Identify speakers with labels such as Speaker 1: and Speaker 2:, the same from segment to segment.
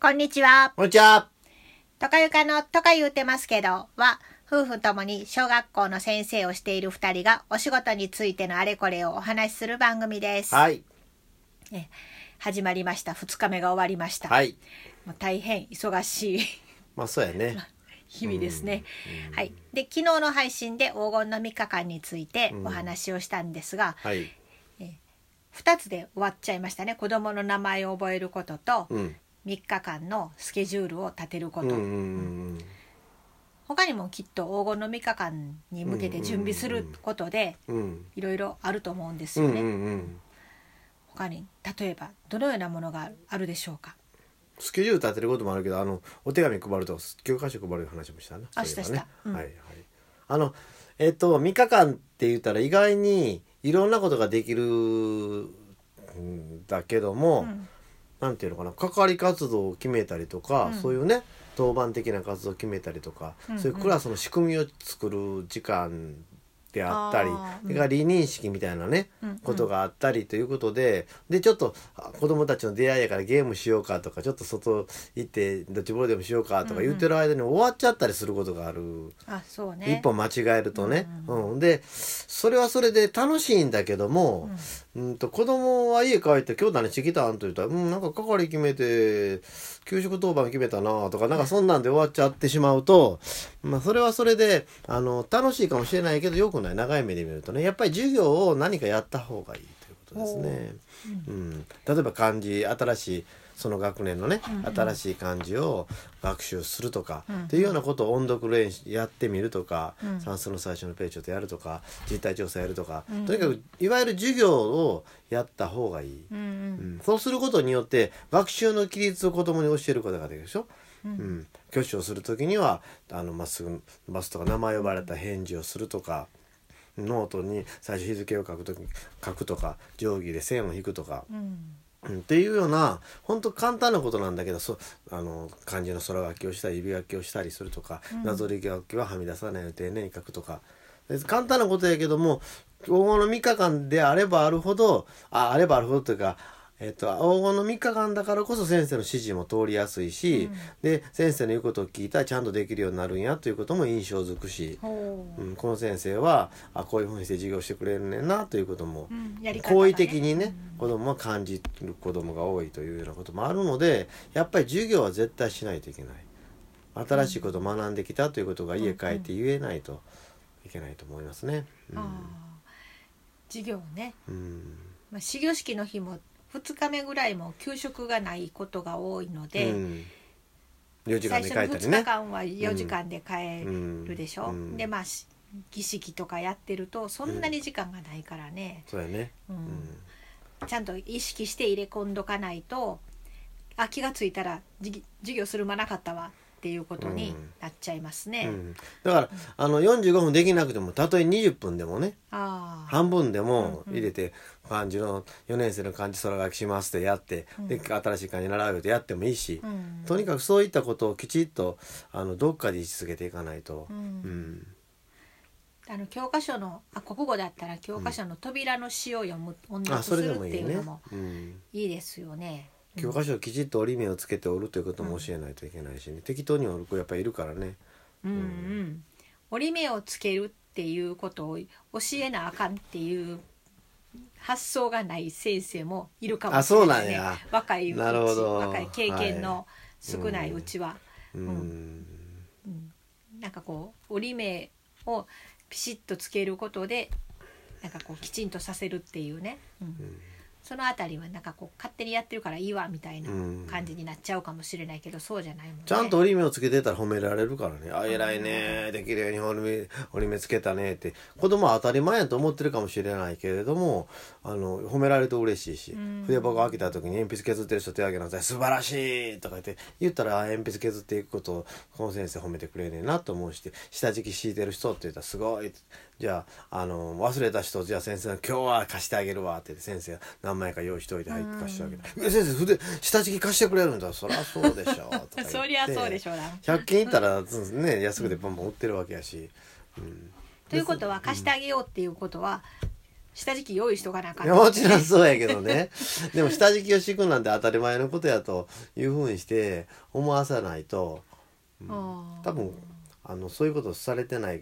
Speaker 1: こんにちは。
Speaker 2: こんにちは。
Speaker 1: とかゆかのとか言うてますけどは、夫婦ともに小学校の先生をしている二人がお仕事についてのあれこれをお話しする番組です。
Speaker 2: はい。
Speaker 1: 始まりました。二日目が終わりました。
Speaker 2: はい。
Speaker 1: もう大変忙しい
Speaker 2: まあ、そうやね。
Speaker 1: 日々ですね。はい。で、昨日の配信で黄金の3日間についてお話をしたんですが、
Speaker 2: はい。
Speaker 1: 二つで終わっちゃいましたね。子供の名前を覚えることと、
Speaker 2: うん。
Speaker 1: 3日間のスケジュールを立てるこ
Speaker 2: うん
Speaker 1: と。
Speaker 2: うんうん
Speaker 1: 他にもきっと黄金の3日間に向けて準備することで
Speaker 2: うん。うん。
Speaker 1: いろいろあると思うんです
Speaker 2: うん
Speaker 1: よ
Speaker 2: うん
Speaker 1: ね。
Speaker 2: うん。
Speaker 1: 他に例えばどのようなものがあるでしょうか。
Speaker 2: スケジュール立てることもあるけど、あの、お手紙配ると、教科書配る話もしたな。
Speaker 1: あ
Speaker 2: そうい
Speaker 1: し
Speaker 2: えば
Speaker 1: たしたうん
Speaker 2: はい。はい。あの、えっと、3日間って言ったら、意外にいろんなことができる。んだけども、
Speaker 1: ん
Speaker 2: なんていうのかな、係活動を決めたりとか、そういうね。当番的な活動を決めたりとか、
Speaker 1: んうん
Speaker 2: そういうクラスの仕組みを作る時間。であったり
Speaker 1: あ、ー
Speaker 2: それから離任式みたいなね、
Speaker 1: うんうん
Speaker 2: ことがあったりということででちょっとあ子供たちの出会いやからゲームしようかとかちょっと外行ってドッジボールでもしようかとか言ってる間に終わっちゃったりすることがある、
Speaker 1: あ、そうね。
Speaker 2: 一歩間違えるとね。うんでそれはそれで楽しいんだけども、うん、と子供は家帰って「今日何してきたん?」と言ったら「うんなんか係決めて給食当番決めたな」とかなんかそんなんで終わっちゃってしまうと、まあ、それはそれであの楽しいかもしれないけどよくない長い目で見るとねやっぱり授業を何かやった方がいいということですね。うん、例えば漢字新しいその学年のね、新しい漢字を学習するとか、っていうようなことを音読練習やってみるとか、算数の最初のページちょっとやるとか実態調査やるとか、とにかくいわゆる授業をやった方がいい、
Speaker 1: うんうん
Speaker 2: うんそうすることによって学習の規律を子供に教えることができるでしょ。うん、挙手をする時にはあのまっすぐバスとか名前呼ばれた返事をするとかノートに最初日付を書くとき書くとか定規で線を引くとか、
Speaker 1: うん
Speaker 2: うんっていうような本当簡単なことなんだけどそあの漢字の空書きをしたり指書きをしたりするとか、謎解き書きははみ出さないように丁寧に書くとかで簡単なことやけども黄金の3日間であればあるほどああればあるほどというか。えっと、黄金の3日間だからこそ先生の指示も通りやすいし、で先生の言うことを聞いたらちゃんとできるようになるんやということも印象づくし、
Speaker 1: ほう
Speaker 2: うん、この先生はあこういうふうにして授業してくれるねんなということも、
Speaker 1: うんやり方がね
Speaker 2: 好意的にね子供は感じる子供が多いというようなこともあるのでやっぱり授業は絶対しないといけない新しいことを学んできたということが家帰って言えないといけないと思いますね。うん
Speaker 1: あー授業ね。
Speaker 2: うん
Speaker 1: まあ、始業式の日も2日目ぐらいも給食がないことが多いの
Speaker 2: う
Speaker 1: で、
Speaker 2: ん、4時間
Speaker 1: 最
Speaker 2: で
Speaker 1: 初
Speaker 2: 帰
Speaker 1: の
Speaker 2: った
Speaker 1: 2
Speaker 2: り
Speaker 1: 日
Speaker 2: ね。
Speaker 1: 間は4時間で帰るでしょ。
Speaker 2: うん
Speaker 1: で、まあし儀式とかやってるとそんなに時間がないからね。
Speaker 2: そうやね、
Speaker 1: う
Speaker 2: うんん
Speaker 1: ちゃんと意識して入れ込んどかないとあ気がついたらじぎ授業する間なかったわっていうことになっちゃいますね。
Speaker 2: うん、だからあの45分できなくてもたとえ20分でもね
Speaker 1: ああ
Speaker 2: 半分でも入れて漢字の4年生の漢字空書きしますってやって、で新しい漢字習うよってやってもいいし、
Speaker 1: うん
Speaker 2: とにかくそういったことをきちっとあのどっかで位置づけていかないと、
Speaker 1: う、
Speaker 2: うんん
Speaker 1: あの教科書のあ国語だったら教科書の扉の詩を読む音読
Speaker 2: あ
Speaker 1: す
Speaker 2: それで
Speaker 1: る
Speaker 2: も
Speaker 1: っ
Speaker 2: い
Speaker 1: て
Speaker 2: い
Speaker 1: いう
Speaker 2: ね
Speaker 1: のも、
Speaker 2: うん、
Speaker 1: いいですよね。
Speaker 2: 教科書をきちっと折り目をつけて折るということも教えないといけないしね、適当に折る子やっぱいるからね、
Speaker 1: うんうん、折り目をつけるっていうことを教えなあかんっていう発想がない先生もいるかも
Speaker 2: あ
Speaker 1: しれ
Speaker 2: そう
Speaker 1: な
Speaker 2: ないん
Speaker 1: ね
Speaker 2: や
Speaker 1: 若いうち
Speaker 2: なるほど
Speaker 1: 若い経験の少ないうちは、
Speaker 2: うん
Speaker 1: なんかこう折り目をピシッとつけることでなんかこうきちんとさせるっていうね、うんそのあたりはなんかこう勝手にやってるからいいわみたいな
Speaker 2: うん
Speaker 1: 感じになっちゃうかもしれないけどそうじゃないもんね。
Speaker 2: ちゃんと折り目をつけてたら褒められるからね「あ偉いねできるように折り目折り目つけたね」って子供は当たり前やと思ってるかもしれないけれどもあの褒められると嬉しいし、筆箱開けた時に鉛筆削ってる人手挙げなさい「素晴らしい!」とか言って言ったらあ鉛筆削っていくことをこの先生褒めてくれねえなと思うし下敷き敷いてる人って言ったら「すごい!」じゃああの忘れた人じゃあ先生今日は貸してあげるわって言って先生が何枚か用意しておいて入って貸してあげる「え先生筆下敷き貸してくれるんだそりゃそうでしょ」とか言って
Speaker 1: そりゃそうでしょうな
Speaker 2: 100均行ったらね安くてバンバン売ってるわけやし、うん
Speaker 1: ということは貸してあげようっていうことは下敷き用意しとかなあか
Speaker 2: い
Speaker 1: ん
Speaker 2: やもちろんそうやけどね でも下敷きを敷くなんて当たり前のことやというふうにして思わさないと
Speaker 1: あー
Speaker 2: 多分あのそういうことをされてない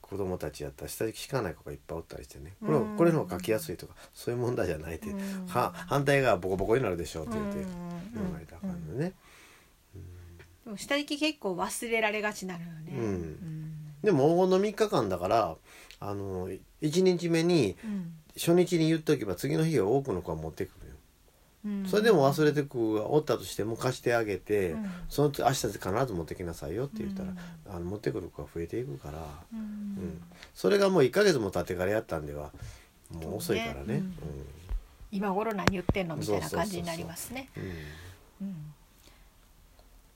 Speaker 2: 子供たちやったら下敷き敷かない子がいっぱいおったりしてねこれ
Speaker 1: うん
Speaker 2: これの方が書きやすいとかそういう問題じゃないって
Speaker 1: うん
Speaker 2: は反対側ボコボコになるでしょうって言って
Speaker 1: うん
Speaker 2: 言われたらあかんのね
Speaker 1: でも下敷き結構忘れられがちなのよね、
Speaker 2: うん
Speaker 1: ん
Speaker 2: でも黄金の3日間だからあの1日目に
Speaker 1: うん
Speaker 2: 初日に言っておけば次の日は多くの子は持ってくるよ
Speaker 1: うん
Speaker 2: それでも忘れてく子がおったとしても貸してあげて、
Speaker 1: うん
Speaker 2: そのうち明日必ず持ってきなさいよって言ったら、
Speaker 1: うん
Speaker 2: あの持ってくる子が増えていくから、
Speaker 1: うん
Speaker 2: うんそれがもう1ヶ月も経ってからやったんではもう遅いから
Speaker 1: そうね
Speaker 2: ね。
Speaker 1: 今頃何言ってんのみたいな感じになりますね。
Speaker 2: うんうん
Speaker 1: うん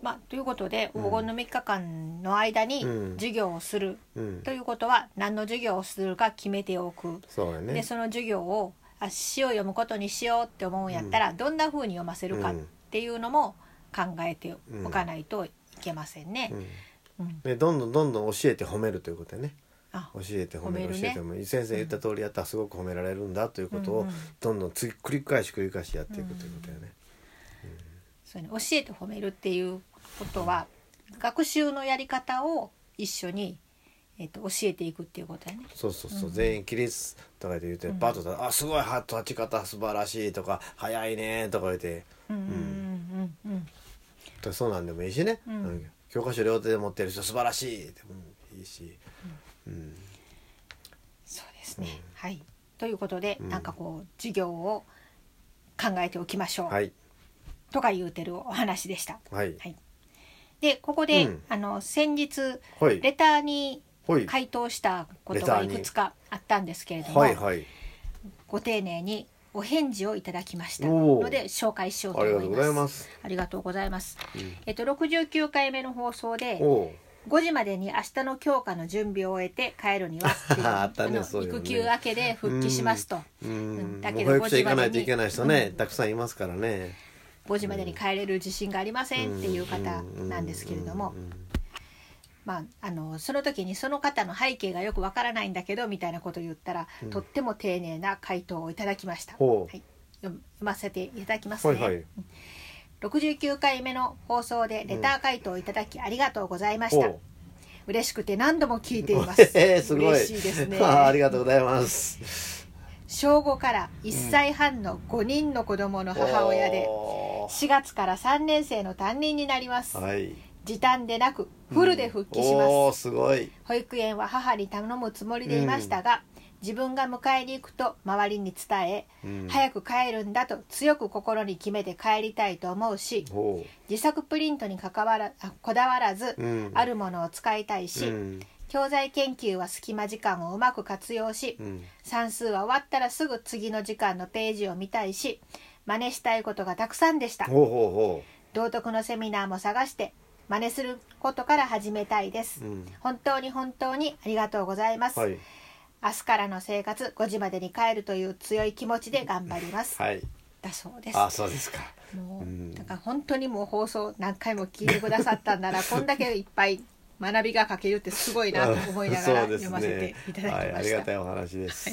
Speaker 1: まあ、ということで黄金の3日間の間に
Speaker 2: うん
Speaker 1: 授業をする、
Speaker 2: うん
Speaker 1: ということは何の授業をするか決めておく、
Speaker 2: そうや
Speaker 1: で
Speaker 2: ね。
Speaker 1: その授業をあ詩を読むことにしようって思うんやったら、どんな風に読ませるかっていうのも考えておかないといけませんね。
Speaker 2: うん
Speaker 1: うん
Speaker 2: でどんどんどんどん教えて褒めるということやね。
Speaker 1: あ
Speaker 2: 教えて褒める
Speaker 1: 褒めるね
Speaker 2: 教えて褒める先生言った通りやったらすごく褒められるんだということ
Speaker 1: うん
Speaker 2: を
Speaker 1: うん
Speaker 2: どんどんつ繰り返し繰り返しやっていくということやね。
Speaker 1: そうね教えて褒めるっていうことは学習のやり方を一緒に、えっと教えていくっていうことやね。
Speaker 2: そうそうそう、全員起立とか言って言ってパッと立ったらあすごいは立ち方素晴らしい」とか「早いね」とか言って
Speaker 1: うんうんうんうん
Speaker 2: とそうなんでもいいしね、
Speaker 1: うん
Speaker 2: うん教科書両手で持ってる人素晴らしいでもいいし、うん
Speaker 1: そうですね、はいということで、なんかこう授業を考えておきましょう、
Speaker 2: はい
Speaker 1: とか言うてるお話でした。
Speaker 2: はい
Speaker 1: はいでここで、
Speaker 2: うん
Speaker 1: あの先日
Speaker 2: はい
Speaker 1: レターに
Speaker 2: はい
Speaker 1: 回答したこと
Speaker 2: レタ
Speaker 1: が
Speaker 2: ー
Speaker 1: い
Speaker 2: に
Speaker 1: くつかあったんですけれども、
Speaker 2: はいはい
Speaker 1: ご丁寧にお返事をいただきました
Speaker 2: おー
Speaker 1: ので紹介しようと
Speaker 2: ありが
Speaker 1: 思い
Speaker 2: と
Speaker 1: う
Speaker 2: ござい
Speaker 1: ま。
Speaker 2: ますす。
Speaker 1: ありがとうございます。えっと69回目の放送で
Speaker 2: おおう
Speaker 1: 5時までに明日の教科の準備を終えて帰るにはってい う
Speaker 2: あったね
Speaker 1: あの
Speaker 2: そういうの
Speaker 1: 育
Speaker 2: ね
Speaker 1: 休明けで復帰しますとう
Speaker 2: う
Speaker 1: ん
Speaker 2: ん
Speaker 1: だ
Speaker 2: も
Speaker 1: け
Speaker 2: う
Speaker 1: ど
Speaker 2: 保育所行かないといけない人ね、
Speaker 1: う
Speaker 2: たくさんいますからね。
Speaker 1: 5時までに帰れる自信がありませんっていう方なんですけれども
Speaker 2: うん
Speaker 1: まああのその時にその方の背景がよくわからないんだけどみたいなことを言ったらとっても丁寧な回答をいただきました。
Speaker 2: ほう
Speaker 1: はい読ませていただきます
Speaker 2: は
Speaker 1: ね、
Speaker 2: いはい。
Speaker 1: 69回目の放送でレター回答をいただきありがとうございま
Speaker 2: お
Speaker 1: した、
Speaker 2: う
Speaker 1: 嬉しくて何度も聞いています
Speaker 2: えー すごい。
Speaker 1: 嬉しいですね
Speaker 2: あーありがとうございます。
Speaker 1: 小5から1歳半の5人の子供の母親で
Speaker 2: おー
Speaker 1: 4月から3年生の担任になります
Speaker 2: はい。
Speaker 1: 時短でなくフルで復帰します、
Speaker 2: おおすごい。
Speaker 1: 保育園は母に頼むつもりでいましたが、自分が迎えに行くと周りに伝え、
Speaker 2: うん
Speaker 1: 早く帰るんだと強く心に決めて帰りたいと思うし
Speaker 2: ほ
Speaker 1: 自作プリントにかかわらあこだわらず、
Speaker 2: うん。
Speaker 1: あるものを使いたいうし、
Speaker 2: うん
Speaker 1: 教材研究は隙間時間をうまく活用し、
Speaker 2: うん
Speaker 1: 算数は終わったらすぐ次の時間のページを見たいし真似したいことがたくさんでした
Speaker 2: ほうほ
Speaker 1: 道徳のセミナーも探して真似することから始めたいです、
Speaker 2: うん
Speaker 1: 本当に本当にありがとうございま
Speaker 2: う
Speaker 1: す、
Speaker 2: ほう。はい
Speaker 1: 明日からの生活5時までに帰るという強い気持ちで頑張ります、
Speaker 2: はい。
Speaker 1: だそうです
Speaker 2: あそうですか。
Speaker 1: も
Speaker 2: う
Speaker 1: うんだから本当にもう放送何回も聞いてくださったんな らこんだけいっぱい学びが書けるってすごいなと思いながら
Speaker 2: そうです
Speaker 1: 読ませていただきました、
Speaker 2: ねはい、ありがたいお話です。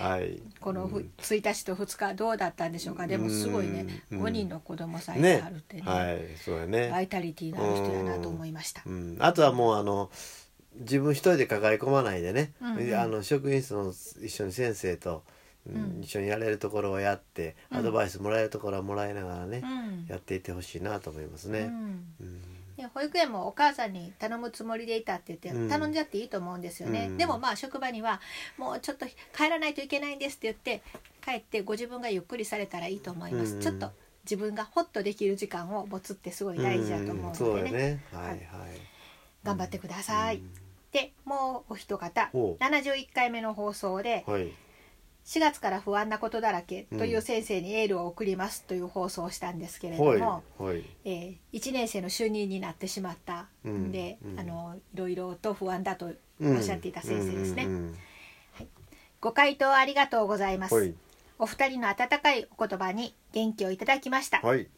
Speaker 2: はい。
Speaker 1: このふ1日と2日どうだったんでしょうかでもすごいね
Speaker 2: うん
Speaker 1: 5人の子供さえ
Speaker 2: ね
Speaker 1: あるってね
Speaker 2: はい、そうや
Speaker 1: バ
Speaker 2: ね。
Speaker 1: イタリティのある人やなと思いました
Speaker 2: うん、あとはもうあの自分一人で抱え込まないでね、
Speaker 1: うんうん
Speaker 2: あの職員室の一緒に先生と、うん一緒にやれるところをやって、アドバイスもらえるところはもらいながらね、
Speaker 1: うん
Speaker 2: やっていってほしいなと思います
Speaker 1: う
Speaker 2: ね。
Speaker 1: ん
Speaker 2: うん
Speaker 1: で保育園もお母さんに頼むつもりでいたって言って、
Speaker 2: うん
Speaker 1: 頼んじゃっていいと思うんですよね、
Speaker 2: うん
Speaker 1: でもまあ職場には「もうちょっと帰らないといけないんです」って言って帰ってご自分がゆっくりされたらいいと思います、
Speaker 2: うん
Speaker 1: ちょっと自分がホッとできる時間を持つってすごい大事だと思う
Speaker 2: そ
Speaker 1: の
Speaker 2: う
Speaker 1: で
Speaker 2: や
Speaker 1: ね,、
Speaker 2: ね。はいはい。
Speaker 1: 頑張ってください、でもうお一方
Speaker 2: お
Speaker 1: 71回目の放送で「
Speaker 2: はい。
Speaker 1: 4月から不安なことだらけ」といううん先生にエールを送りますという放送をしたんですけれども、
Speaker 2: はい。はい。
Speaker 1: えー、1年生の就任になってしまったんで、
Speaker 2: うんうん
Speaker 1: あのいろいろと不安だと
Speaker 2: うん
Speaker 1: おっしゃっていた先生ですね、
Speaker 2: うんうん
Speaker 1: ご回答ありがとうございます、
Speaker 2: うんはい。
Speaker 1: お二人の温かいお言葉に元気をいただきました、
Speaker 2: はい。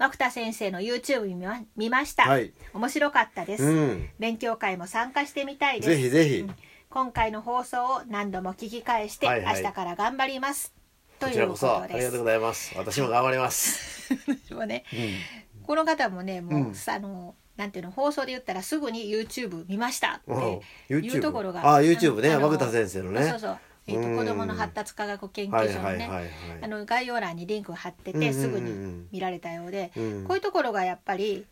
Speaker 1: 涌田先生の YouTube 見ま見ました、
Speaker 2: はい
Speaker 1: 面白かったです、
Speaker 2: うん。
Speaker 1: 勉強会も参加してみたいです
Speaker 2: ぜひぜひ。
Speaker 1: うん今回の放送を何度も聞き返して、
Speaker 2: はいはい
Speaker 1: 明日から頑張りますと
Speaker 2: こち
Speaker 1: い
Speaker 2: ら
Speaker 1: うこ
Speaker 2: こそ
Speaker 1: と
Speaker 2: あり
Speaker 1: で
Speaker 2: がと
Speaker 1: す
Speaker 2: うご。ざいます私も頑張 ります、
Speaker 1: 私もね
Speaker 2: うん、
Speaker 1: この方もねもう、
Speaker 2: うん
Speaker 1: さあのなんていうの放送で言ったらすぐに YouTube 見ました
Speaker 2: うん
Speaker 1: っていう
Speaker 2: YouTube
Speaker 1: ところが
Speaker 2: あ YouTube ね
Speaker 1: あの
Speaker 2: 若田先生のね
Speaker 1: そうそう、えっと
Speaker 2: うん
Speaker 1: 子どもの発達科学研
Speaker 2: は
Speaker 1: 究
Speaker 2: い
Speaker 1: 所のね、
Speaker 2: はいはいはい
Speaker 1: あの概要欄にリンク貼ってて、
Speaker 2: うんうんうん
Speaker 1: すぐに見られたようで、
Speaker 2: うん
Speaker 1: こういうところがやっぱり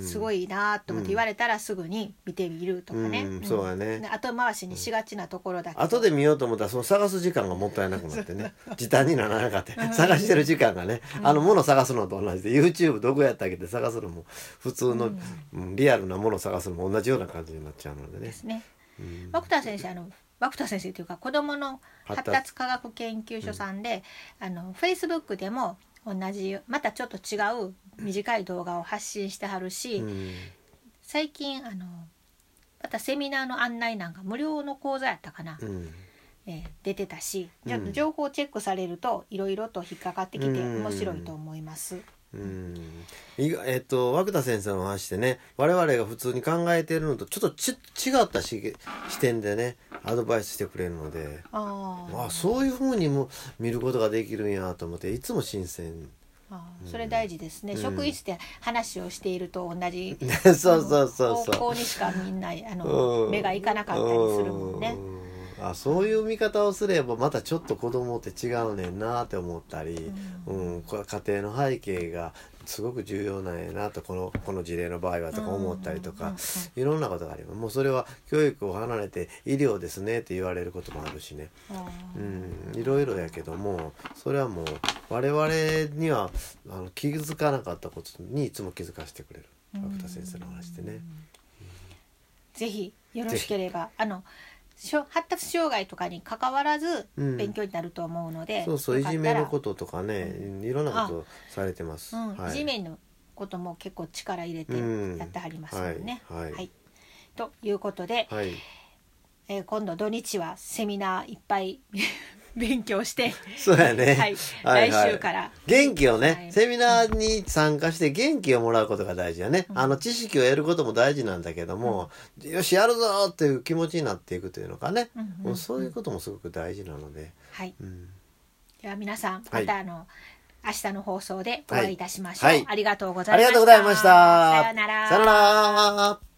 Speaker 1: すごいなと思っ
Speaker 2: うん
Speaker 1: て言われたらすぐに見てみるとかね、
Speaker 2: うんそうやね
Speaker 1: ん後回しにしがちなところだけど
Speaker 2: 後で見ようと思ったらその探す時間がもったいなくなっ てね時短にならなかった探してる時間がね、あのもの探すのと同じで YouTube どこやったっけって探すのも普通の、うんリアルなもの探すのも同じような感じになっちゃうので
Speaker 1: で
Speaker 2: ね、
Speaker 1: すね。
Speaker 2: うん
Speaker 1: 涌田先生あの涌田先生というか子どもの
Speaker 2: 発
Speaker 1: 発
Speaker 2: 達
Speaker 1: 達科学研究所さんで、あのフェイスブックでも同じまたちょっと違う短い動画を発信してはるし、
Speaker 2: うん
Speaker 1: 最近あのまたセミナーの案内なんか無料の講座やったかな、
Speaker 2: うん
Speaker 1: えー出てたしちょっ
Speaker 2: う
Speaker 1: と
Speaker 2: ん
Speaker 1: 情報をチェックされるといろいろと引っかかってきて
Speaker 2: うん
Speaker 1: 面白いと思います。
Speaker 2: うんいがえっと涌田先生の話でね我々が普通に考えているのとちょっとち違ったし視点でねアドバイスしてくれるので
Speaker 1: あー
Speaker 2: あそういうふうにも見ることができるんやと思っていつも新鮮
Speaker 1: あーそれ大事ですね、職員室で話をしていると同じ
Speaker 2: そうそうそう
Speaker 1: 方
Speaker 2: そ
Speaker 1: 向にしかみんなあ
Speaker 2: う
Speaker 1: の
Speaker 2: うん
Speaker 1: 目がいかなかったりするもんね。
Speaker 2: うんあそういう見方をすればまたちょっと子供って違うねんなって思ったり、うんこれ家庭の背景がすごく重要なんやなとこのこの事例の場合はとか思ったりと
Speaker 1: うんう
Speaker 2: か
Speaker 1: ん、
Speaker 2: いろんなことがありますもうそれは教育を離れて医療ですねって言われることもあるしね、
Speaker 1: あ
Speaker 2: うん、いろいろやけどもそれはもう我々にはあの気づかなかったことにいつも気づかせてくれる涌田先生の話でね。
Speaker 1: ーぜひよろしければあのしょ発達障害とかに関わらず
Speaker 2: うん
Speaker 1: 勉強になると思うので、
Speaker 2: そうそう
Speaker 1: よ
Speaker 2: い
Speaker 1: かっ
Speaker 2: じ
Speaker 1: た
Speaker 2: め
Speaker 1: ら
Speaker 2: のこととかね、いろんなことをされてます。
Speaker 1: うん、
Speaker 2: はい
Speaker 1: じめのことも結構力入れて
Speaker 2: うん
Speaker 1: やってはりますもんね。
Speaker 2: はいはい
Speaker 1: ということで、
Speaker 2: はい、
Speaker 1: えー今度土日はセミナーいっぱい 勉強して
Speaker 2: そうやね。
Speaker 1: はい来週から
Speaker 2: 元気をね、
Speaker 1: はい
Speaker 2: セミナーに参加して元気をもらうことが大事やね。あの知識を得ることも大事なんだけども、よしやるぞっていう気持ちになっていくというのかね。
Speaker 1: うんうん
Speaker 2: もうそういうこともすごく大事なので。
Speaker 1: はい、
Speaker 2: うん、
Speaker 1: では皆さん
Speaker 2: は
Speaker 1: ま
Speaker 2: い
Speaker 1: たあの、明日の放送でお会いいたしましょう、
Speaker 2: はい
Speaker 1: ありがとうござ
Speaker 2: あ
Speaker 1: いま
Speaker 2: り
Speaker 1: した
Speaker 2: がとうございました。
Speaker 1: さようなら
Speaker 2: さよなら。